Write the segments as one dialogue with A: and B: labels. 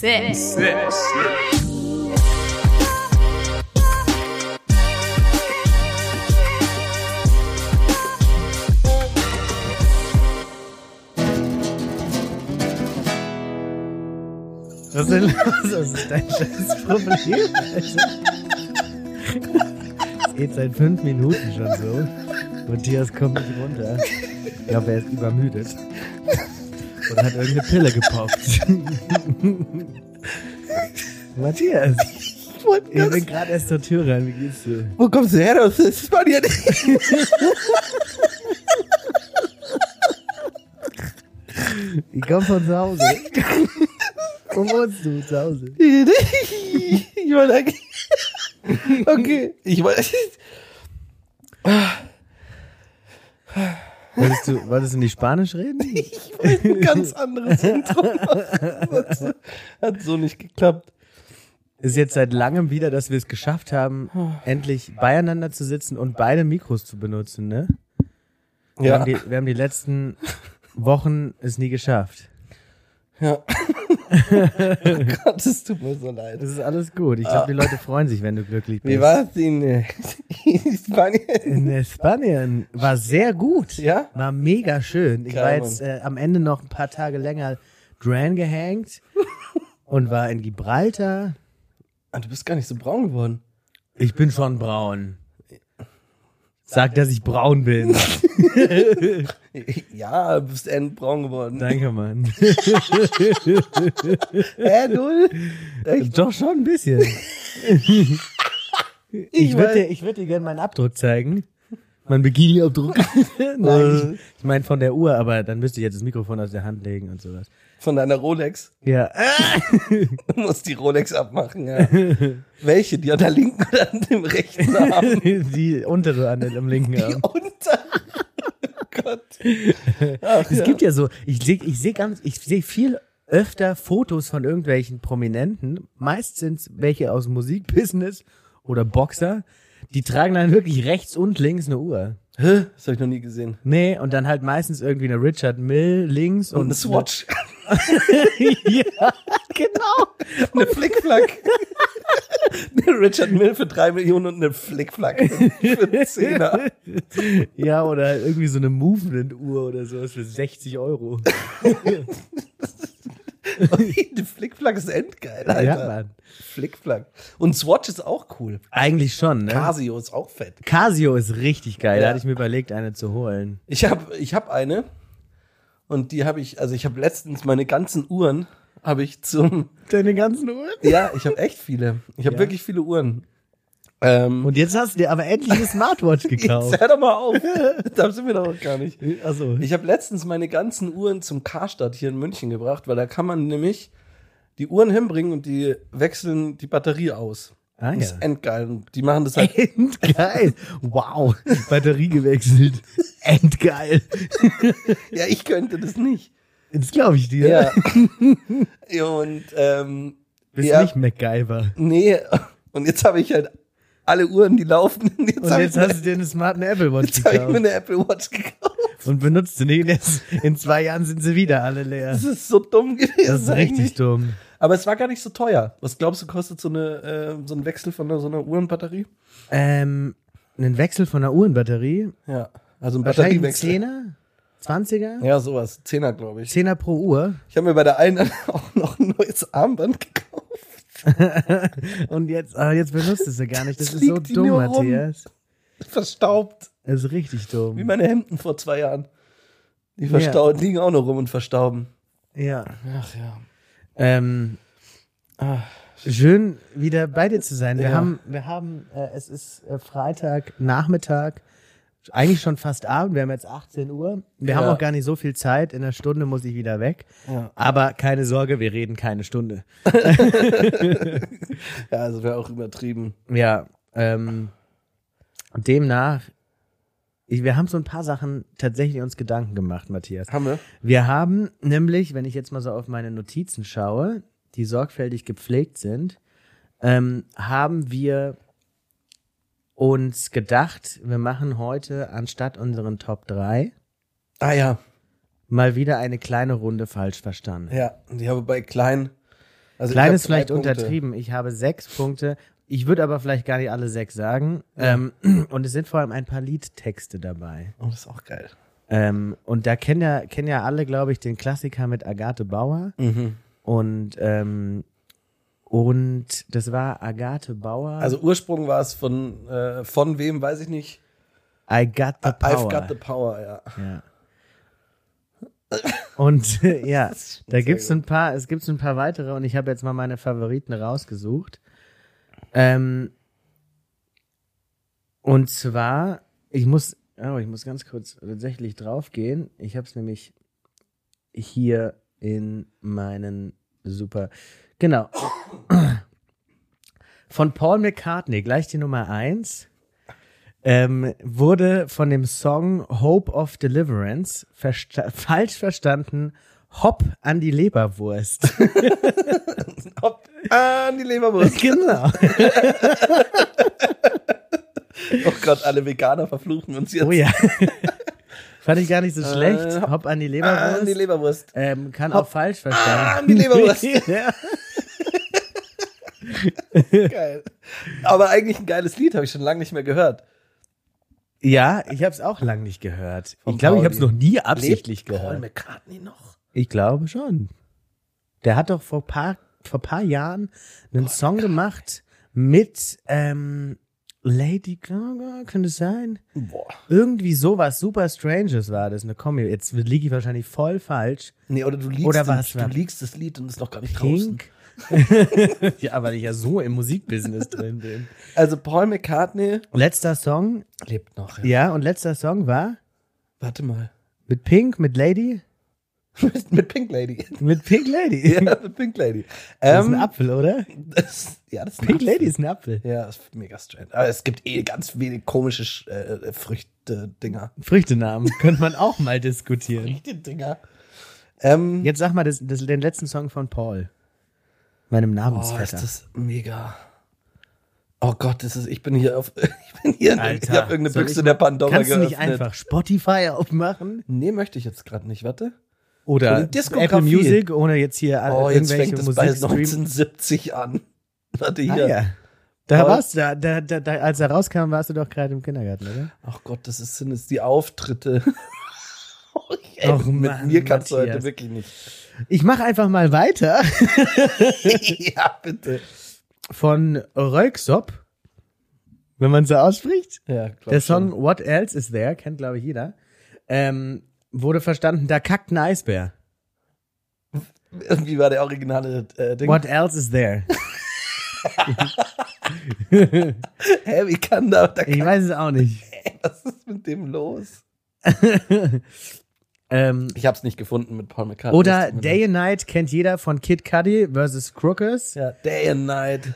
A: six.
B: Six.
C: Was ist denn los? Das ist dein scheiß Problem. Alter. Es geht seit fünf Minuten schon so. Matthias kommt nicht runter. Ich glaube, er ist übermüdet. Und hat irgendeine Pille gepoppt. Matthias, ich bin gerade erst zur Tür rein. Wie geht's dir?
B: Wo kommst du her aus Spanien?
C: Ich komme von zu Hause. Wo wohnst du? Zu Hause.
B: ich wollte eigentlich. Okay, ich wollte.
C: Wolltest du, wolltest du nicht Spanisch reden?
B: Ich wollte ein ganz anderes Intro machen. Hat so nicht geklappt.
C: ist jetzt seit langem wieder, dass wir es geschafft haben, endlich beieinander zu sitzen und beide Mikros zu benutzen, ne? Wir,
B: Ja.
C: haben, die, wir haben die letzten Wochen es nie geschafft.
B: Ja. oh Gott, es tut mir so leid.
C: Es ist alles gut. Ich glaube, die Leute freuen sich, wenn du glücklich bist.
B: Wie war es in, äh, in Spanien?
C: In Spanien war sehr gut.
B: Ja?
C: War mega schön. Ich
B: Geil,
C: war jetzt äh, am Ende noch ein paar Tage länger Dran gehängt und war in Gibraltar.
B: Ah, du bist gar nicht so braun geworden.
C: Ich bin schon braun. Sag, dass ich braun bin.
B: Ja, du bist endbraun geworden.
C: Danke, Mann.
B: Hä, Äh, null?
C: Doch schon ein bisschen. ich ich
B: weiß.
C: würde dir, ich würd dir gerne meinen Abdruck zeigen. Mein Bikini-Abdruck.
B: Äh.
C: Nein, ich, ich meine von der Uhr, aber dann müsste ich jetzt das Mikrofon aus der Hand legen und sowas.
B: Von deiner Rolex.
C: Ja,
B: Du musst die Rolex abmachen, ja. Welche? Die an der linken oder an dem rechten Arm?
C: die untere an am linken
B: Die
C: Arm.
B: unter. Oh Gott.
C: Es gibt ja so, ich sehe ich seh ganz, ich sehe viel öfter Fotos von irgendwelchen Prominenten, meist sind's welche aus dem Musikbusiness oder Boxer, die tragen dann wirklich rechts und links eine Uhr.
B: Hä? Das habe ich noch nie gesehen.
C: Nee, und dann halt meistens irgendwie eine Richard Mill links und,
B: Und eine Swatch.
C: ja, genau.
B: Eine Flickflack. eine Richard Mill für drei Millionen und eine Flickflack für einen Zehner.
C: Ja, oder irgendwie so eine Movement-Uhr oder sowas für 60 Euro.
B: eine Flickflack ist endgeil, Alter.
C: Ja, Mann.
B: Flickflack. Und Swatch ist auch cool.
C: Eigentlich schon, ne?
B: Casio ist auch fett.
C: Casio ist richtig geil. Da
B: Ja.
C: hatte ich mir überlegt, eine zu holen.
B: Ich habe ich hab eine und die habe ich, also ich habe letztens meine ganzen Uhren habe ich zum,
C: Deine ganzen Uhren?
B: ja, ich habe echt viele. Ich habe
C: Ja.
B: wirklich viele Uhren. Ähm,
C: Und jetzt hast du dir aber endlich eine Smartwatch
B: jetzt
C: gekauft.
B: hör doch mal auf. da sind wir doch gar nicht.
C: Also,
B: Ich habe letztens meine ganzen Uhren zum Karstadt hier in München gebracht, weil da kann man nämlich die Uhren hinbringen und die wechseln die Batterie aus. Das
C: ah, ja.
B: ist endgeil. Und Die machen das halt.
C: Endgeil. Wow. Batterie gewechselt. Endgeil.
B: ja, ich könnte das nicht.
C: Das glaube ich dir.
B: Ja. Ja, und ähm,
C: Bist
B: ja.
C: nicht MacGyver.
B: Nee, und jetzt habe ich halt alle Uhren, die laufen. Und jetzt
C: Und
B: habe
C: jetzt
B: ich, mir-
C: hast du dir eine smarte Apple Watch
B: jetzt hab ich mir
C: gekauft
B: eine Apple Watch gekauft.
C: und benutzt sie nicht. Jetzt, in zwei Jahren sind sie wieder alle leer.
B: Das ist so dumm gewesen.
C: Das ist richtig
B: eigentlich.
C: dumm.
B: Aber es war gar nicht so teuer. Was glaubst du, kostet so, eine, äh, so ein Wechsel von einer, so einer Uhrenbatterie?
C: Ähm, einen Wechsel von einer Uhrenbatterie.
B: Ja, also ein
C: Wahrscheinlich ein
B: Batteriewechsel.
C: Zehner? Zwanziger?
B: Ja, sowas. Zehner, glaube ich.
C: Zehner pro Uhr.
B: Ich habe mir bei der einen auch noch ein neues Armband gekauft.
C: Und jetzt, aber jetzt benutzt es ja gar nicht. Das
B: Es
C: ist so
B: liegt die
C: dumm,
B: nur rum.
C: Matthias.
B: Verstaubt.
C: Das ist richtig
B: Wie
C: dumm.
B: meine Hemden vor zwei Jahren. Die verstauben, liegen auch noch rum und verstauben.
C: Ja.
B: Ach ja.
C: Ähm,
B: Ah.
C: schön, wieder bei dir zu sein. Wir
B: Ja.
C: haben, wir haben, äh, es ist äh, Freitag, Nachmittag, eigentlich schon fast Abend. Wir haben jetzt 18 Uhr. Wir haben
B: Ja.
C: auch gar nicht so viel Zeit. In einer Stunde muss ich wieder weg.
B: Ja,
C: Aber keine Sorge, wir reden keine Stunde.
B: ja also wäre auch übertrieben.
C: Ja, ähm, demnach, ich, wir haben so ein paar Sachen tatsächlich uns Gedanken gemacht, Matthias.
B: Haben wir?
C: Wir haben nämlich, wenn ich jetzt mal so auf meine Notizen schaue, die sorgfältig gepflegt sind, ähm, haben wir uns gedacht, wir machen heute anstatt unseren Top 3
B: Ah ja.
C: mal wieder eine kleine Runde falsch verstanden.
B: Ja, und ich habe bei klein, Also ich
C: Klein
B: hab
C: ist
B: drei
C: vielleicht
B: Punkte.
C: untertrieben. Ich habe sechs Punkte. Ich würde aber vielleicht gar nicht alle sechs sagen. Ähm, und es sind vor allem ein paar Liedtexte dabei.
B: Oh, das ist auch geil.
C: Ähm, und da kennen ja, kennen ja alle, glaube ich, den Klassiker mit Agathe Bauer.
B: Mhm.
C: Und, ähm, und das war Agathe Bauer.
B: Also Ursprung war es von, äh, von wem, weiß ich nicht.
C: I got the power.
B: I've got the power, ja.
C: Ja. Und äh, ja, da
B: sehr
C: gibt's
B: gut.
C: ein paar, es gibt ein paar weitere und ich habe jetzt mal meine Favoriten rausgesucht. Ähm, und zwar, ich muss, oh, ich muss ganz kurz tatsächlich draufgehen. Ich habe es nämlich hier in meinen super, genau. Von Paul McCartney, gleich die Nummer eins ähm, wurde von dem Song Hope of Deliverance versta falsch verstanden Hopp an die Leberwurst.
B: Hopp, ah, an die Leberwurst.
C: genau.
B: Oh Gott, alle Veganer verfluchen uns jetzt.
C: Oh ja. Fand ich gar nicht so schlecht.
B: Äh,
C: Hopp an die Leberwurst.
B: An die Leberwurst.
C: ähm, kann
B: Hopp
C: auch falsch verstanden.
B: an die Leberwurst.
C: ja.
B: Geil. Aber eigentlich ein geiles Lied, habe ich schon lange nicht mehr gehört.
C: ja, ich habe es auch lang nicht gehört.
B: Von
C: ich glaube, ich habe es
B: Pauli.
C: noch nie absichtlich
B: Lebt Paul
C: gehört.
B: McCartney noch?
C: Ich glaube schon. Der hat doch vor paar, vor paar Jahren einen Song gemacht mit ähm, Lady Gaga, könnte es sein?
B: Boah.
C: Irgendwie sowas super Stranges war das, eine Comedy. Jetzt liege ich wahrscheinlich voll falsch.
B: Nee, oder du liegst,
C: Oder
B: im-
C: was,
B: du
C: was?
B: liegst das Lied und ist noch gar nicht draußen.
C: Pink. ja, weil ich ja so im Musikbusiness drin bin.
B: Also Paul McCartney
C: Letzter Song,
B: lebt noch. Ja.
C: ja, und letzter Song war
B: Warte mal.
C: mit Pink, mit Lady,
B: mit Pink Lady.
C: mit Pink Lady.
B: ja, mit Pink Lady.
C: Das ist
B: Ähm,
C: ein Apfel, oder?
B: das, ja, das ist ein
C: Pink
B: Apfel.
C: Lady ist ein Apfel.
B: Ja, das ist mega strange. Aber es gibt eh ganz wenig komische Sch- äh, Früchte-Dinger.
C: Früchtenamen könnte man auch mal diskutieren.
B: Früchte-Dinger. Ähm,
C: Jetzt sag mal das, das, den letzten Song von Paul. Meinem
B: oh, ist
C: Namensvetter.
B: das mega. Oh Gott, das ist, ich bin hier auf, ich bin hier, ich habe irgendeine
C: soll
B: Büchse
C: ich
B: der
C: mal-
B: Pandora
C: Kannst du
B: geöffnet.
C: nicht einfach Spotify aufmachen?
B: Nee, möchte ich jetzt gerade nicht, warte. Oder
C: Oder
B: Diskografie.
C: Apple Music, ohne jetzt hier alle
B: Oh, jetzt
C: irgendwelche
B: fängt es bei
C: Musikstreams.
B: 1970 an. Warte
C: Ah,
B: hier.
C: ja. Da
B: Paul-
C: warst du, da, da, da, da, als er rauskam, warst du doch gerade im Kindergarten, oder?
B: Ach Gott, das ist, sind jetzt die Auftritte. Oh, ey,
C: Och,
B: mit
C: Mann,
B: mir kannst du heute
C: Matthias.
B: wirklich nicht.
C: Ich mach einfach mal weiter
B: ja, bitte.
C: von Röksop, wenn man so ausspricht.
B: Ja, glaub
C: Der
B: schon.
C: Song What Else Is There, kennt glaube ich jeder, ähm, wurde verstanden, da kackt ein Eisbär.
B: Irgendwie war der originale äh, Ding.
C: What else is there?
B: Hä, wie kann da, da
C: Ich weiß es auch nicht.
B: was ist mit dem los?
C: ähm,
B: Ich hab's nicht gefunden mit Paul McCartney. Es
C: oder
B: tut mir
C: Day and Night kennt jeder von Kid Cudi versus Crookers.
B: leid. Ja, Day and Night.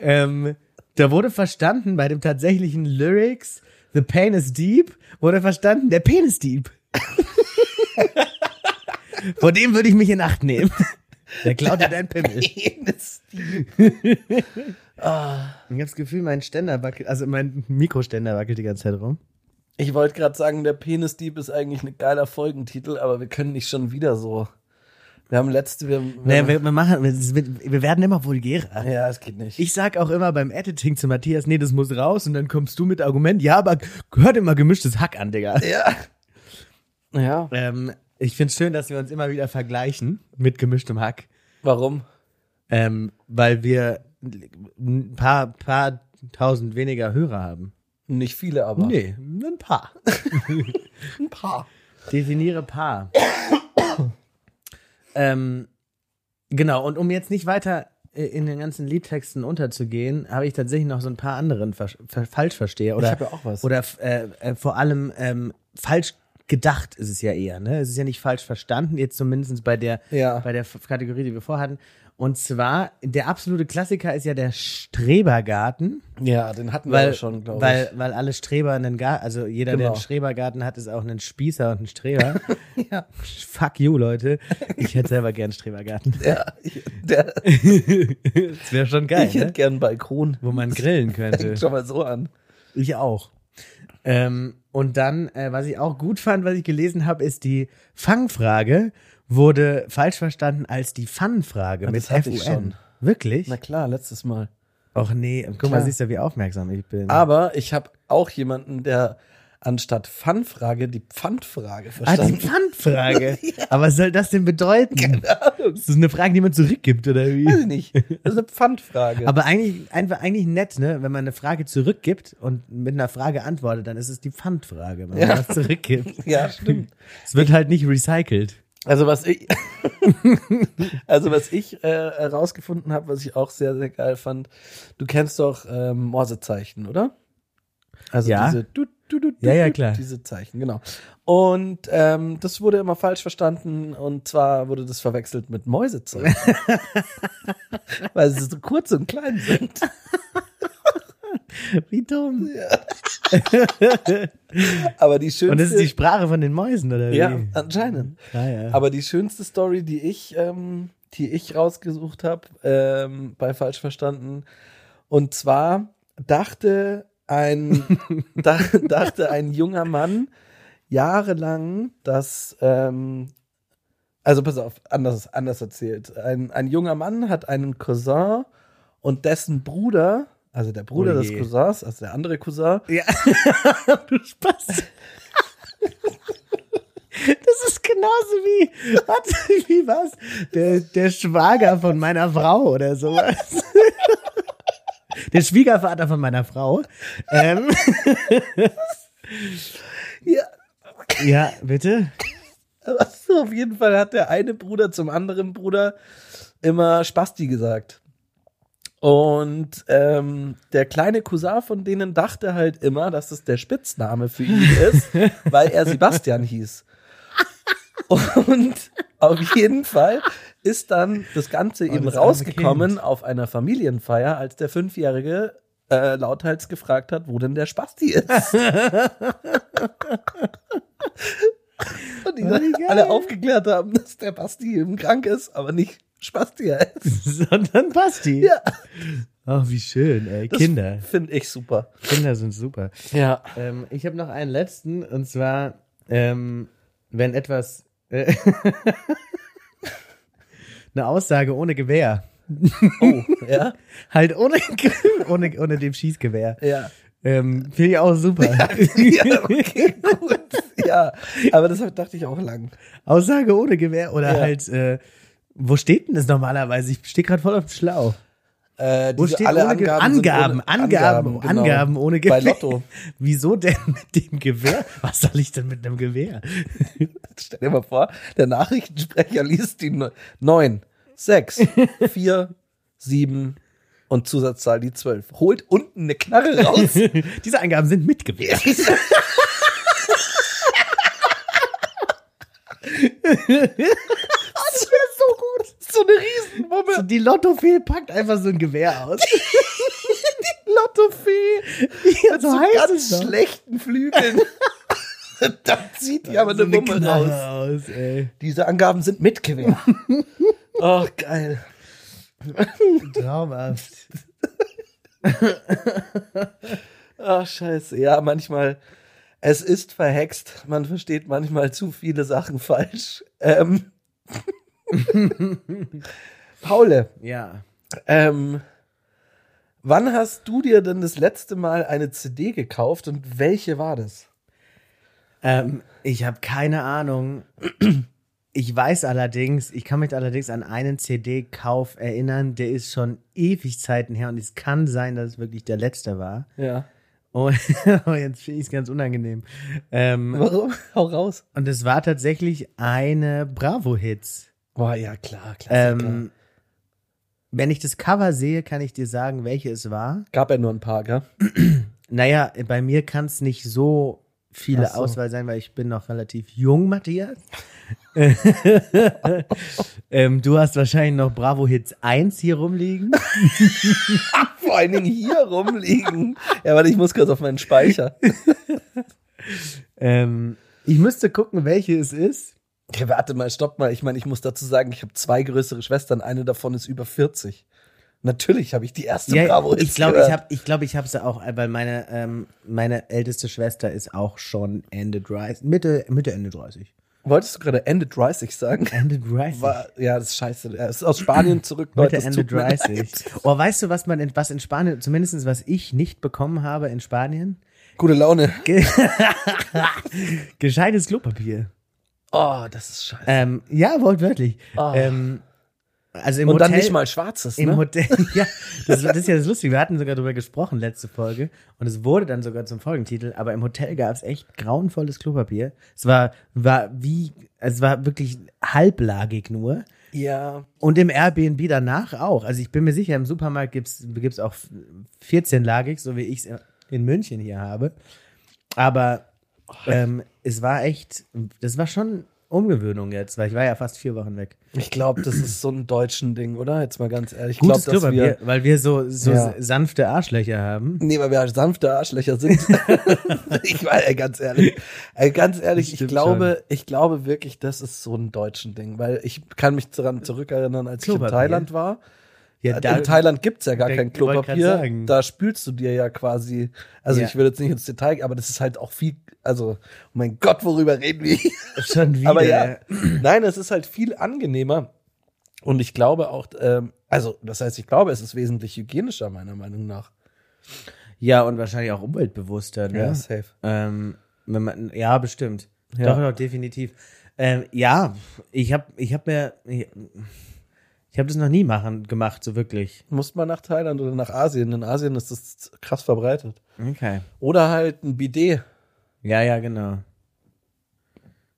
C: ähm, da wurde verstanden bei dem tatsächlichen Lyrics, The Pain is Deep, wurde verstanden, der Penis Deep. Vor dem würde ich mich in Acht nehmen. Der klaut dir deinen Pimmel.
B: Penis. Ah,
C: Ich habe das Gefühl, mein Ständer wackelt, also mein Mikroständer wackelt die ganze Zeit rum.
B: Ich wollte gerade sagen, der Penisdieb ist eigentlich ein geiler Folgentitel, aber wir können nicht schon wieder so. Wir haben letzte, wir, wir,
C: Naja, wir, wir machen, wir, wir werden immer vulgärer.
B: ja, es geht nicht.
C: Ich sag auch immer beim Editing zu Matthias, nee, das muss raus und dann kommst du mit Argument, ja, aber hört immer gemischtes Hack an, Digga.
B: ja. Ja.
C: Ähm, ich find's schön, dass wir uns immer wieder vergleichen mit gemischtem Hack,
B: Warum?
C: ähm, weil wir ein paar, paar tausend weniger Hörer haben.
B: Nicht viele, aber
C: Nee, ein paar.
B: ein paar.
C: Definiere Paar. ähm, genau, und um jetzt nicht weiter äh, in den ganzen Liedtexten unterzugehen, habe ich tatsächlich noch so ein paar anderen Versch- ver falsch verstehe. Oder,
B: hab ja auch was.
C: Oder f- äh, äh, vor allem ähm, falsch gedacht ist es ja eher. Ne? Es ist ja nicht falsch verstanden, jetzt zumindest bei der,
B: Ja.
C: bei der F- Kategorie, die wir vorhatten. Und zwar, der absolute Klassiker ist ja der Strebergarten
B: Ja, den hatten wir
C: weil,
B: ja schon, glaube
C: weil,
B: ich.
C: weil alle Streber einen Garten, also jeder, der
B: Genau.
C: einen Strebergarten hat, ist auch ein Spießer und ein Streber.
B: Ja.
C: Fuck you, Leute. Ich hätte selber gern einen Strebergarten.
B: Der, der,
C: das wäre schon geil,
B: ich hätte
C: ne?
B: gern einen Balkon.
C: wo man grillen
B: Fängt
C: könnte.
B: schon mal so an.
C: Ich auch. Ähm, Und dann, äh, was ich auch gut fand, was ich gelesen habe, ist die Fangfrage wurde falsch verstanden als die Fun-Frage
B: Ja,
C: mit
B: Ah, das hatte ich
C: FUN.
B: schon.
C: Wirklich?
B: Na klar, letztes Mal.
C: Och nee, guck mal,
B: Klar. Ah,
C: siehst du, wie aufmerksam ich bin.
B: Aber ich habe auch jemanden, der anstatt Pfandfrage die Pfandfrage
C: Ah, die
B: verstanden
C: Pfandfrage. Aber was soll das denn bedeuten?
B: hat.
C: Ist das eine Frage, die man zurückgibt, oder
B: Weiß
C: wie?
B: ich nicht. Das ist eine Pfandfrage.
C: Aber eigentlich, einfach, eigentlich nett, ne? Wenn man eine Frage zurückgibt und mit einer Frage antwortet, dann ist es die Pfandfrage, wenn man
B: Ja.
C: was zurückgibt.
B: ja, stimmt.
C: Es wird halt nicht recycelt.
B: Also was ich, also was ich äh, herausgefunden habe, was ich auch sehr, sehr geil fand, du kennst doch ähm, Morsezeichen, oder? Also
C: Ja.
B: diese du, du, du, du,
C: Ja, ja,
B: du,
C: klar.
B: diese Zeichen, genau. Und ähm, das wurde immer falsch verstanden und zwar wurde das verwechselt mit Mäusezeichen. Weil sie so kurz und klein sind.
C: Wie dumm.
B: Aber die schönste.
C: Und das ist die Sprache von den Mäusen, oder wie?
B: äh, ja, anscheinend.
C: Ah, ja.
B: Aber die schönste Story, die ich, ähm, die ich rausgesucht habe, ähm, bei falsch verstanden. Und zwar dachte ein, da, dachte ein junger Mann jahrelang, dass, ähm, also pass auf, anders, anders erzählt. Ein, ein junger Mann hat einen Cousin und dessen Bruder, also der Bruder
C: Oh
B: des
C: je.
B: Cousins, also der andere Cousin,
C: ja. du Spaß. Das ist genauso wie, warte, wie was? Der, der Schwager von meiner Frau oder sowas. Der Schwiegervater von meiner Frau. Ähm,
B: ja,
C: ja, bitte.
B: Aber so, auf jeden Fall hat der eine Bruder zum anderen Bruder immer Spasti gesagt. Und ähm, der kleine Cousin von denen dachte halt immer, dass es der Spitzname für ihn ist, weil er Sebastian hieß. Und auf jeden Fall ist dann das Ganze
C: Oh,
B: eben
C: das arme
B: rausgekommen
C: Kind.
B: auf einer Familienfeier, als der Fünfjährige äh, lauthals gefragt hat, wo denn der Spasti ist. Und die
C: Oh,
B: dann
C: wie geil.
B: alle aufgeklärt haben, dass der Basti eben krank ist, aber nicht Spastia ist.
C: Sondern Basti.
B: Ja.
C: Ach, wie schön, ey.
B: Das
C: Kinder.
B: Finde ich super.
C: Kinder sind super.
B: Ja.
C: Ähm, ich habe noch einen letzten und zwar, ähm, wenn etwas. Äh, eine Aussage ohne Gewehr.
B: Oh, ja.
C: Halt ohne, ohne, ohne dem Schießgewehr.
B: Ja.
C: Ähm, Finde ich auch super.
B: Ja, okay, gut. Ja, aber das dachte ich auch lang.
C: Aussage ohne Gewehr oder
B: Ja.
C: halt, äh, wo steht denn das normalerweise? Ich stehe gerade voll auf dem Schlauch.
B: Äh,
C: Wo
B: diese
C: steht
B: alle
C: ohne Ge-
B: Angaben, sind
C: Angaben,
B: ohne,
C: Angaben, Angaben,
B: genau.
C: ohne Gewehr.
B: Bei Lotto.
C: Wieso denn mit dem Gewehr? Was soll ich denn mit einem Gewehr?
B: Stell dir mal vor, der Nachrichtensprecher liest die Neu- neun, sechs, vier, sieben und Zusatzzahl die zwölf. Holt unten eine Knarre raus.
C: Diese Angaben sind mit
B: Oh,
C: Gewehr.
B: Das wäre so gut. So eine Riesenbombe.
C: So, die Lottofee packt einfach so ein Gewehr aus.
B: Die Lottofee.
C: Ja,
B: Mit so ganz schlechten Flügeln. Dann zieht die aber
C: So
B: eine Wumme
C: Knarre
B: raus.
C: aus, ey.
B: Diese Angaben sind mit Gewehr. Ach, geil.
C: Traumhaft.
B: Ach, scheiße. Ja, manchmal, es ist verhext. Man versteht manchmal zu viele Sachen falsch. Ähm. Paule,
C: Ja.
B: ähm, wann hast du dir denn das letzte Mal eine CD gekauft und welche war das?
C: Ähm, ich habe keine Ahnung. Ich weiß allerdings, ich kann mich allerdings an einen CD-Kauf erinnern, der ist schon ewig Zeiten her und es kann sein, dass es wirklich der letzte war.
B: Ja.
C: Und jetzt finde ich es ganz unangenehm. Ähm,
B: Warum? Hau raus.
C: und es war tatsächlich eine Bravo-Hits.
B: Boah, ja, klar, klar.
C: Ähm, wenn ich das Cover sehe, kann ich dir sagen, welche es war.
B: Gab ja nur ein paar, gell?
C: Naja, bei mir kann es nicht so viele
B: Ach so.
C: Auswahl sein, weil ich bin noch relativ jung, Matthias. ähm, du hast wahrscheinlich noch Bravo Hits 1 hier rumliegen.
B: Vor allen Dingen hier rumliegen. Ja, warte, ich muss kurz auf meinen Speicher.
C: Ähm, ich müsste gucken, welche es ist.
B: Okay, warte mal, stopp mal. Ich meine, ich muss dazu sagen, ich habe zwei größere Schwestern. Eine davon ist über 40. Natürlich habe ich die erste
C: Ja,
B: Bravo
C: ich
B: jetzt
C: glaube,
B: gehört.
C: ich habe ich glaub, ich hab's auch, weil meine, ähm, meine älteste Schwester ist auch schon Ende 30, Mitte, Mitte Ende 30.
B: Wolltest du gerade Ende 30 sagen?
C: Ende 30.
B: War, ja, das ist scheiße. Er ist aus Spanien zurück, Leute.
C: Mitte
B: es
C: Ende
B: tut mir
C: 30.
B: leid.
C: Oh, weißt du, was man in, was in Spanien, zumindest was ich nicht bekommen habe in Spanien?
B: Gute Laune.
C: Ge Gescheites Klopapier.
B: Oh, das ist scheiße.
C: Ähm, ja, wortwörtlich.
B: Ah.
C: Ähm, also im
B: Und
C: Hotel,
B: dann nicht mal schwarzes,
C: Im
B: ne?
C: Hotel, ja, das, das ist ja das Lustige. Wir hatten sogar darüber gesprochen letzte Folge und es wurde dann sogar zum Folgentitel. Aber im Hotel gab es echt grauenvolles Klopapier. Es war, war wie, es war wirklich halblagig nur.
B: ja.
C: Und im Airbnb danach auch. Also ich bin mir sicher, im Supermarkt gibt's gibt's auch 14-lagig, so wie ich's in München hier habe. Aber
B: Oh.
C: ähm, es war echt, das war schon Umgewöhnung jetzt, weil ich war ja fast vier Wochen weg.
B: Ich glaube, das ist so ein deutschen Ding, oder? Jetzt mal ganz ehrlich. Ich glaube,
C: Gutes
B: dass
C: Klopapier,
B: wir.
C: weil wir so, so
B: Ja.
C: sanfte Arschlöcher haben.
B: Nee, weil wir sanfte Arschlöcher sind. ich meine, ey, ganz ehrlich. Ey, ganz ehrlich, ich
C: Stimmt
B: glaube, ich glaube wirklich, das ist so ein deutschen Ding, weil ich kann mich daran zurückerinnern, als ich in
C: Klopapier.
B: Thailand war.
C: Ja, da-
B: Äh, in Thailand gibt es ja gar
C: da-
B: kein
C: wollte grad
B: Klopapier.
C: sagen.
B: Da spülst du dir ja quasi. Also
C: Ja.
B: ich will jetzt nicht ins Detail, aber das ist halt auch viel. Also, oh mein Gott, worüber reden wir? hier?
C: schon wieder.
B: Aber ja, nein, es ist halt viel angenehmer. Und ich glaube auch, ähm, also das heißt, ich glaube, es ist wesentlich hygienischer, meiner Meinung nach.
C: ja, und wahrscheinlich auch umweltbewusster. Ne?
B: safe.
C: Ähm, wenn man, ja, bestimmt.
B: Ja.
C: Doch, doch, definitiv. Ähm, ja, ich habe ich hab mir. Ich, ich habe das noch nie machen, gemacht, so wirklich.
B: Muss man nach Thailand oder nach Asien. In Asien ist das krass verbreitet.
C: Okay.
B: Oder halt ein Bidet.
C: Ja, ja, genau.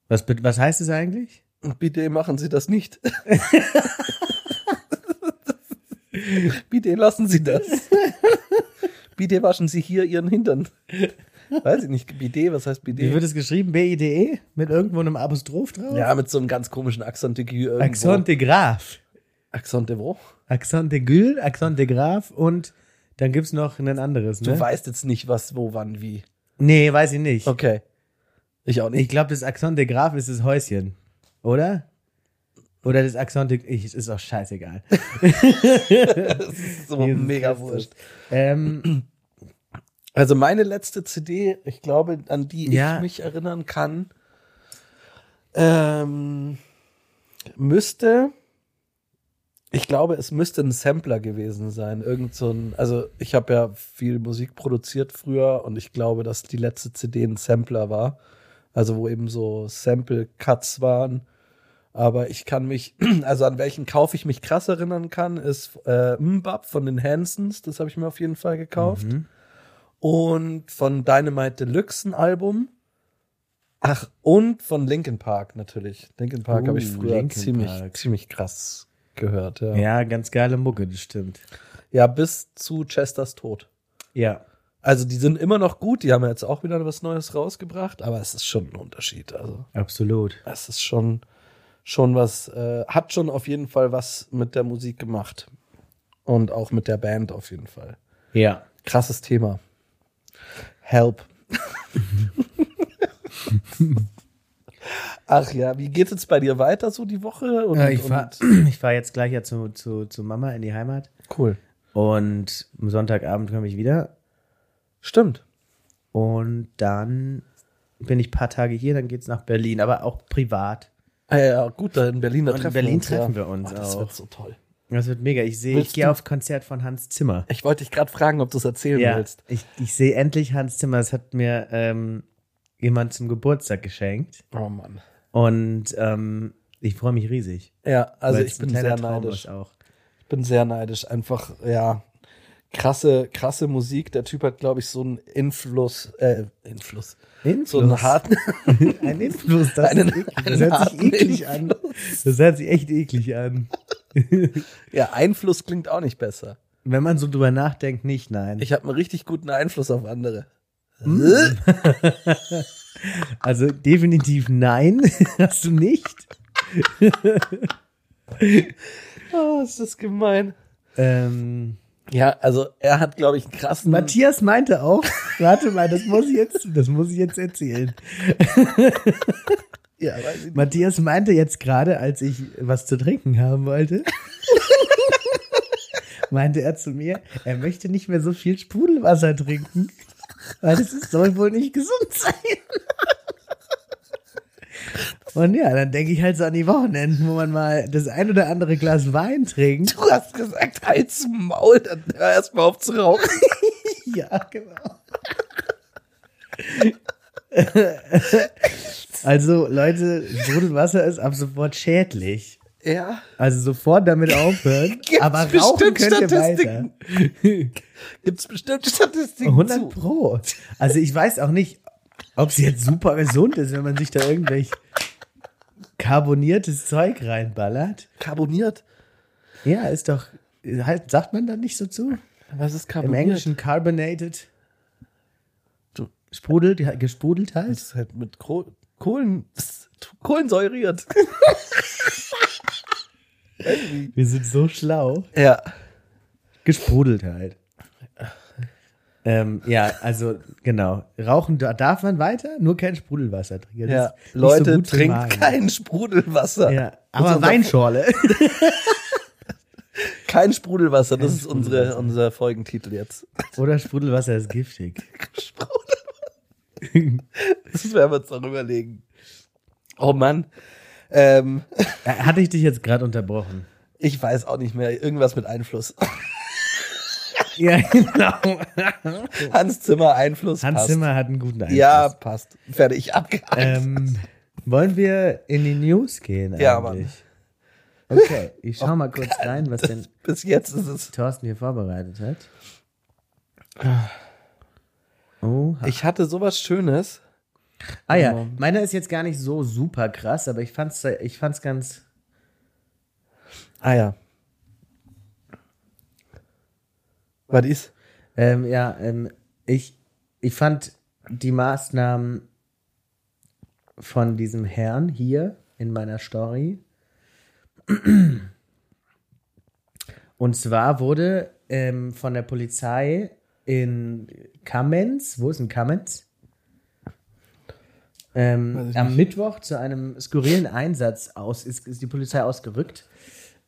C: Was, be- was heißt es eigentlich?
B: Ein Bidet machen sie das nicht. Bidet lassen sie das. Bidet waschen sie hier ihren Hintern. Weiß ich nicht, Bidet, was heißt
C: Wie wird
B: Bidet?
C: es geschrieben? B-I-D-E? E? Mit irgendwo einem Apostroph drauf?
B: Ja, mit so einem ganz komischen Accent de Gue irgendwo.
C: Accent de Graf.
B: Accent de wo?
C: Accent de Gül, Accent de Graf und dann gibt's noch ein anderes,
B: Du
C: ne?
B: weißt jetzt nicht, was, wo, wann, wie.
C: nee, weiß ich nicht.
B: Okay. Ich auch
C: Ich
B: nicht.
C: glaube, das Accent de Graf ist das Häuschen, oder? Oder das Accent de... Ich, ist auch scheißegal.
B: so
C: Jesus
B: Oh, mega
C: Christus.
B: wurscht.
C: ähm,
B: Also meine letzte CD, ich glaube, an die
C: Ja.
B: ich mich erinnern kann, ähm, müsste, ich glaube, es müsste ein Sampler gewesen sein. Irgend so ein, also ich habe ja viel Musik produziert früher und ich glaube, dass die letzte CD ein Sampler war. Also wo eben so Sample-Cuts waren. Aber ich kann mich, also an welchen Kauf ich mich krass erinnern kann, ist äh, Mbab von den Hansons. Das habe ich mir auf jeden Fall gekauft
C: mhm.
B: und von Dynamite Deluxe ein Album. Ach, und von Linkin Park natürlich. Linkin Park
C: Oh,
B: habe ich früher
C: Linkin
B: ziemlich,
C: Park.
B: ziemlich krass gehört. Ja. Ja.
C: ja, ganz geile Mucke, das stimmt.
B: bis zu Chesters Tod.
C: Ja.
B: Also die sind immer noch gut, die haben ja jetzt auch wieder was Neues rausgebracht, aber es ist schon ein Unterschied. Also
C: Absolut.
B: es ist schon, schon was, äh, hat schon auf jeden Fall was mit der Musik gemacht. Und auch mit der Band auf jeden Fall.
C: Ja.
B: Krasses Thema. Help. Ach ja, wie geht's jetzt bei dir weiter so die Woche? Und,
C: ja Äh, ich
B: und-
C: fahre ich fahr jetzt gleich ja zu, zu, zu Mama in die Heimat
B: cool.
C: und am Sonntagabend komme ich wieder
B: Stimmt.
C: und dann bin ich ein paar Tage hier, dann geht's nach Berlin, aber auch privat.
B: Ah, ja, gut, da in Berlin, da
C: Und in
B: treffen
C: Berlin
B: wir uns.
C: treffen
B: ja.
C: wir uns
B: oh, das
C: auch.
B: wird so toll.
C: Das wird mega. Ich sehe, ich
B: Willst
C: gehe
B: du-
C: auf Konzert von Hans Zimmer.
B: Ich wollte dich gerade fragen, ob du es erzählen willst.
C: Ich, ich sehe endlich Hans Zimmer. Das hat mir ähm, jemand zum Geburtstag geschenkt.
B: Oh Mann.
C: Und ähm, ich freue mich riesig.
B: Ja, also
C: weil
B: ich
C: es ein
B: bin
C: kleiner
B: sehr
C: Traum
B: neidisch.
C: ist Auch.
B: Ich bin sehr neidisch. Einfach, ja, krasse, krasse Musik. Der Typ hat, glaube ich, so einen Influss, äh, Influss.
C: Influss.
B: So einen harten,
C: ein Influss. Das,
B: Einen-
C: ist eklig.
B: einen
C: das hört sich
B: harten
C: eklig an. Das hört sich echt eklig an.
B: ja, Einfluss klingt auch nicht besser.
C: Wenn man so drüber nachdenkt, nicht, nein.
B: Ich habe einen richtig guten Einfluss auf andere.
C: Also definitiv nein. Hast du nicht.
B: Oh, ist das gemein.
C: Ähm,
B: Ja, also er hat, glaube ich, einen krassen.
C: Matthias meinte auch, warte mal, das muss ich jetzt, das muss ich jetzt erzählen.
B: ja, weiß ich nicht.
C: Matthias meinte jetzt gerade, als ich was zu trinken haben wollte, meinte er zu mir, er möchte nicht mehr so viel Sprudelwasser trinken, weil es ist- soll wohl nicht gesund sein. Und ja, dann denke ich halt so an die Wochenenden, wo man mal das ein oder andere Glas Wein trinkt.
B: Du hast gesagt, halt's Maul, dann hör erstmal auf zu rauchen.
C: Ja, genau. Also, Leute, Sprudelwasser ist ab sofort schädlich.
B: Ja.
C: Also sofort damit aufhören.
B: Gibt's
C: aber rauchen
B: bestimmt
C: könnt ihr weiter.
B: Statistiken? Gibt's bestimmt Statistiken
C: 100
B: zu.
C: Pro. Also ich weiß auch nicht, ob es jetzt super gesund ist, wenn man sich da irgendwelch karboniertes Zeug reinballert.
B: Carboniert.
C: Ja, ist doch, halt, sagt man da nicht so zu?
B: Was ist
C: Im
B: carboniert?
C: Englischen carbonated.
B: Du-
C: Sprudelt, ja, gesprudelt halt.
B: Das ist halt mit Koh- Kohlen, Kohlensäuriert.
C: Wir sind so schlau.
B: Ja.
C: Gesprudelt halt. Ähm, ja, also genau. Rauchen da- darf man weiter, nur kein Sprudelwasser trinken. Das
B: ja.
C: ist nicht so
B: Leute,
C: gut für den
B: trinkt
C: Magen.
B: kein Sprudelwasser.
C: Ja,
B: Das ist
C: aber
B: unser-
C: Weinschorle.
B: Kein Sprudelwasser, das ist unsere, unser Folgentitel jetzt.
C: Oder Sprudelwasser ist giftig.
B: Das werden wir uns noch überlegen. Oh Mann. Ähm,
C: Äh, Hatte ich dich jetzt gerade unterbrochen?
B: ich weiß auch nicht mehr. Irgendwas mit Einfluss.
C: Ja, genau.
B: Hans Zimmer, Einfluss.
C: Hans
B: passt.
C: Zimmer hat einen guten Einfluss.
B: Ja, passt. Fertig, abgehakt.
C: Ähm, wollen wir in die News gehen eigentlich?
B: Ja, Oh
C: Okay, ich schau mal kurz rein, was denn
B: Bis jetzt ist es.
C: Thorsten hier vorbereitet hat. Oh,
B: Ich hatte sowas Schönes.
C: ah ja, meiner ist jetzt gar nicht so super krass, aber ich fand's, ich fand's ganz.
B: Ah ja. Was ist?
C: Ähm, ja, ähm, ich, ich fand die Maßnahmen von diesem Herrn hier in meiner Story. Und zwar wurde ähm, von der Polizei in Kamenz, wo ist denn Kamenz? Ähm, am Mittwoch zu einem skurrilen Einsatz aus, ist, ist die Polizei ausgerückt.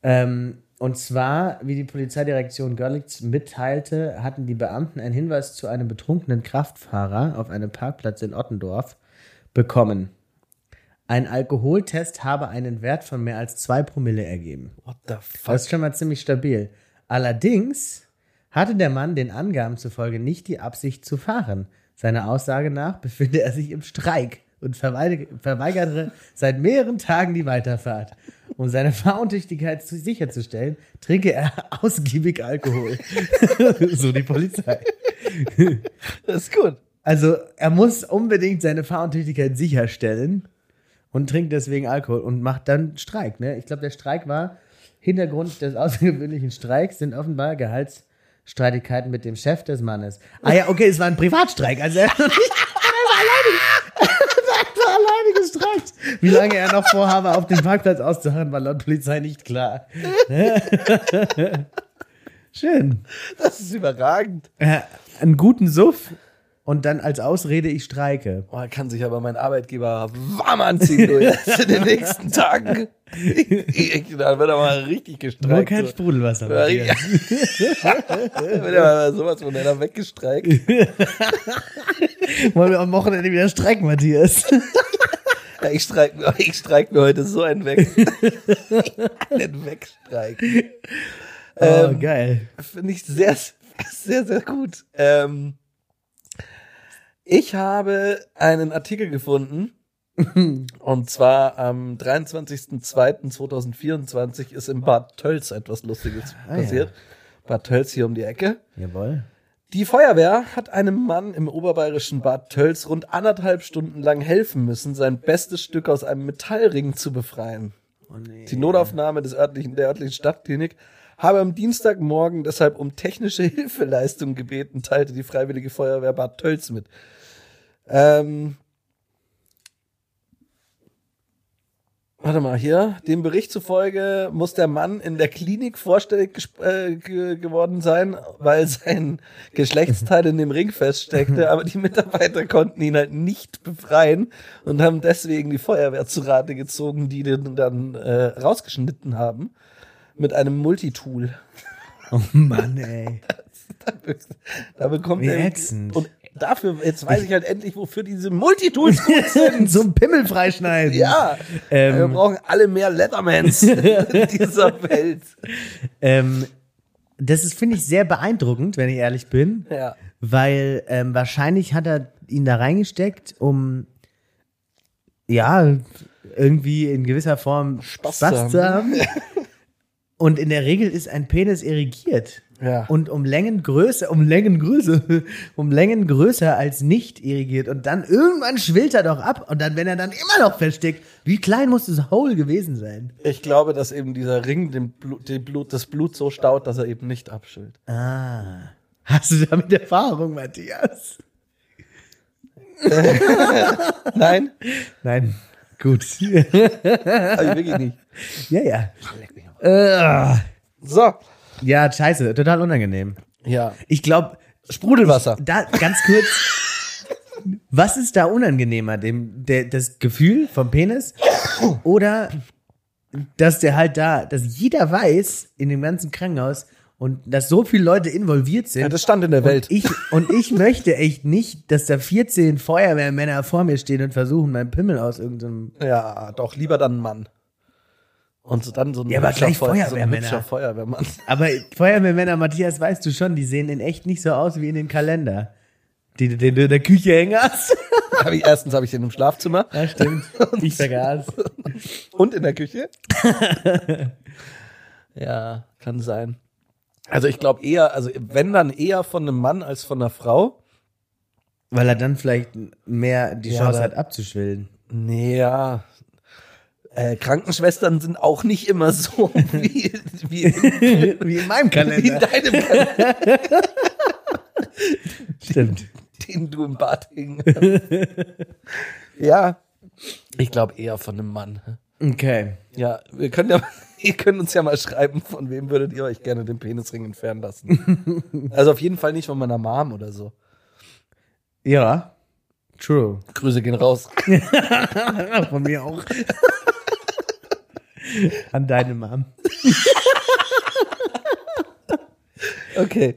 C: Ähm, und zwar, wie die Polizeidirektion Görlitz mitteilte, hatten die Beamten einen Hinweis zu einem betrunkenen Kraftfahrer auf einem Parkplatz in Ottendorf bekommen. Ein Alkoholtest habe einen Wert von mehr als zwei Promille ergeben.
B: What the
C: Das
B: fuck?
C: ist schon mal ziemlich stabil. Allerdings hatte der Mann den Angaben zufolge nicht die Absicht zu fahren. Seiner Aussage nach befinde er sich im Streik und verweig- verweigerte seit mehreren Tagen die Weiterfahrt. Um seine Fahruntüchtigkeit zu sicherzustellen, trinke er ausgiebig Alkohol. so die Polizei.
B: Das ist gut.
C: Also er muss unbedingt seine Fahruntüchtigkeit sicherstellen und trinkt deswegen Alkohol und macht dann Streik. Ne? Ich glaube, der Streik war Hintergrund des außergewöhnlichen Streiks sind offenbar Gehaltsstreitigkeiten mit dem Chef des Mannes. Ah ja, okay, es war ein Privatstreik. Also er hat nicht- er war alleine gestreikt. Wie lange er noch vorhabe, auf dem Parkplatz auszuharren, war laut Polizei nicht klar. Schön.
B: Das ist überragend.
C: Äh, einen guten Suff und dann als Ausrede, ich streike.
B: Oh, da kann sich aber mein Arbeitgeber warm anziehen du, jetzt in den nächsten Tagen. da wird er mal richtig
C: Nur
B: gestreikt.
C: kein
B: so.
C: Sprudelwasser.
B: Äh, Ja,
C: Matthias.
B: Da wird er mal sowas von einer weggestreikt.
C: Wollen wir am Wochenende wieder streiken, Matthias?
B: Ja, ich, streik, mir- ich streik mir heute so einen weg. einen Wegstreik.
C: oh,
B: Ähm,
C: geil.
B: Finde ich sehr, sehr, sehr gut. Ähm, ich habe einen Artikel gefunden. Und zwar am 23.02.2024 ist in Bad Tölz etwas Lustiges
C: Ah, ja.
B: passiert. Bad Tölz hier um die Ecke.
C: Jawohl.
B: Die Feuerwehr hat einem Mann im oberbayerischen Bad Tölz rund anderthalb Stunden lang helfen müssen, sein bestes Stück aus einem Metallring zu befreien.
C: Oh, nee.
B: Die Notaufnahme des örtlichen, der örtlichen Stadtklinik habe am Dienstagmorgen deshalb um technische Hilfeleistung gebeten, teilte die Freiwillige Feuerwehr Bad Tölz mit. Ähm, warte mal, hier. Dem Bericht zufolge muss der Mann in der Klinik vorstellig gesp- äh, ge geworden sein, weil sein Geschlechtsteil in dem Ring feststeckte, aber die Mitarbeiter konnten ihn halt nicht befreien und haben deswegen die Feuerwehr zu Rate gezogen, die den dann äh, rausgeschnitten haben mit einem Multitool.
C: Oh Mann, ey.
B: Da bekommt
C: Wie
B: er.
C: ätzend.
B: Und dafür, jetzt weiß ich halt endlich, wofür diese Multitools gut sind.
C: so ein Pimmel freischneiden.
B: Ja. Wir
C: Ähm,
B: brauchen alle mehr Leathermans in dieser Welt.
C: ähm, das ist, finde ich, sehr beeindruckend, wenn ich ehrlich bin.
B: Ja.
C: Weil ähm, wahrscheinlich hat er ihn da reingesteckt, um ja irgendwie in gewisser Form Spaß,
B: zu
C: zu haben. Und in der Regel ist ein Penis erigiert.
B: Ja.
C: Und um Längen größer, um Längen größer, um Längen größer als nicht irrigiert. Und dann irgendwann schwillt er doch ab. Und dann, wenn er dann immer noch versteckt, wie klein muss das Hole gewesen sein?
B: Ich glaube, dass eben dieser Ring den Blut, den Blut, das Blut so staut, dass er eben nicht abschillt.
C: Ah. Hast du damit Erfahrung, Matthias?
B: Nein,
C: Nein. Gut.
B: hab ich wirklich nicht.
C: ja, ja. Äh,
B: So.
C: ja, scheiße, total unangenehm.
B: Ja.
C: Ich glaube,
B: Sprudelwasser.
C: da ganz kurz. was ist da unangenehmer, dem der, das Gefühl vom Penis oder dass der halt da, dass jeder weiß in dem ganzen Krankenhaus und dass so viele Leute involviert sind.
B: ja, das stand in der Welt.
C: und ich, und ich möchte echt nicht, dass da 14 Feuerwehrmänner vor mir stehen und versuchen, meinen Pimmel aus irgendeinem.
B: Ja, doch, lieber dann ein Mann. Und so dann so ein
C: Ja, aber
B: hübscher
C: gleich
B: Feuer- so ein
C: Feuerwehrmänner.
B: hübscher Feuerwehrmann.
C: Aber Feuerwehrmänner, Matthias, weißt du schon, die sehen in echt nicht so aus wie in den Kalender, den, den du in der Küche hängen hast.
B: Hab ich, erstens habe ich den im Schlafzimmer
C: Ja, stimmt. Ich vergaß.
B: und in der Küche. ja, kann sein. Also ich glaube eher, also wenn dann eher von einem Mann als von einer Frau.
C: Weil er dann vielleicht mehr die
B: Ja,
C: Chance
B: aber-
C: hat, abzuschwillen.
B: Naja. Äh, Krankenschwestern sind auch nicht immer so wie, wie,
C: Wie in meinem
B: wie in deinem Kalender,
C: Stimmt.
B: den du im Bad hängen hast. Ja. Ich glaube eher von einem Mann.
C: Okay.
B: Ja, wir können ja, ihr könnt uns ja mal schreiben, von wem würdet ihr euch gerne den Penisring entfernen lassen. also auf jeden Fall nicht von meiner Mom oder so.
C: Ja. True.
B: Grüße gehen raus.
C: Von mir auch. An deine Mom.
B: Okay.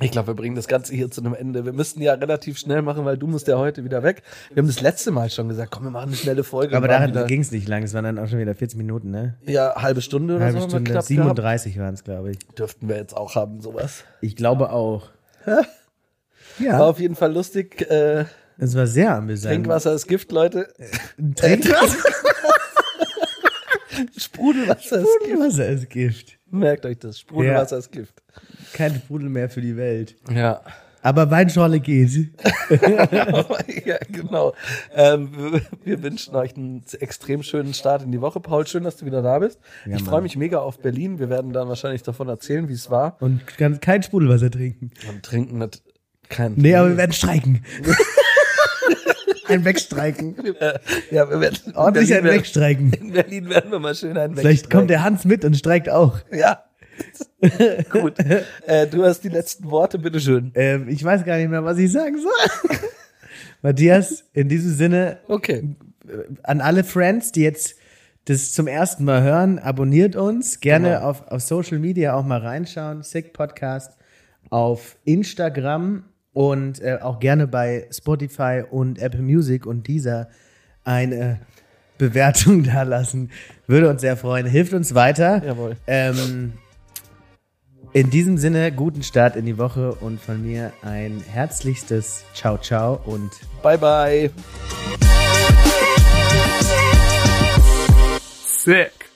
B: Ich glaube, wir bringen das Ganze hier zu einem Ende. Wir müssen ja relativ schnell machen, weil du musst ja heute wieder weg. Wir haben das letzte Mal schon gesagt, komm, wir machen eine schnelle Folge.
C: Aber
B: Wir waren
C: da
B: wieder,
C: ging es nicht lang. Es waren dann auch schon wieder 40 Minuten, ne?
B: ja halbe Stunde oder
C: Halbe
B: so haben wir
C: Stunde.
B: knapp
C: 37 waren es, glaube ich.
B: gehabt. Dürften wir jetzt auch haben, sowas.
C: Ich glaube auch.
B: War
C: Ja.
B: auf jeden Fall lustig. Äh,
C: Es war sehr amüsant.
B: Trinkwasser ist Gift, Leute.
C: Trinkwasser.
B: Sprudelwasser ist Gift.
C: Sprudelwasser ist Gift.
B: Merkt euch das. Sprudelwasser ist Gift.
C: Kein Sprudel mehr für die Welt.
B: Ja.
C: Aber Weinschorle geht.
B: ja, genau. Ähm, wir- wir wünschen euch einen extrem schönen Start in die Woche. Paul, schön, dass du wieder da bist.
C: Ja,
B: ich
C: Mann.
B: freue mich mega auf Berlin. Wir werden dann wahrscheinlich davon erzählen, wie es war.
C: Und kann kein Sprudelwasser trinken.
B: Und trinken mit kein.
C: Nee, aber wir werden streiken. ein Wegstreiken.
B: Äh, ja, wir werden
C: Ordentlich ein
B: in Berlin,
C: Wegstreiken.
B: werden, in Berlin werden wir mal schön einen
C: Vielleicht kommt der Hans mit und streikt auch.
B: der. Ja. Gut. Äh, du hast die letzten Worte, bitteschön.
C: Ähm, ich weiß gar nicht mehr, was ich sagen soll. Matthias, in diesem Sinne,
B: Okay.
C: äh, an alle Friends, die jetzt das zum ersten Mal hören, abonniert uns. Gerne
B: Genau.
C: auf, auf Social Media auch mal reinschauen. Sick Podcast auf Instagram und äh, auch gerne bei Spotify und Apple Music und dieser eine Bewertung da lassen. Würde uns sehr freuen. Hilft uns weiter.
B: Jawohl.
C: Ähm, in diesem Sinne, guten Start in die Woche und von mir ein herzlichstes Ciao, ciao und
B: Bye, bye.
A: Sick.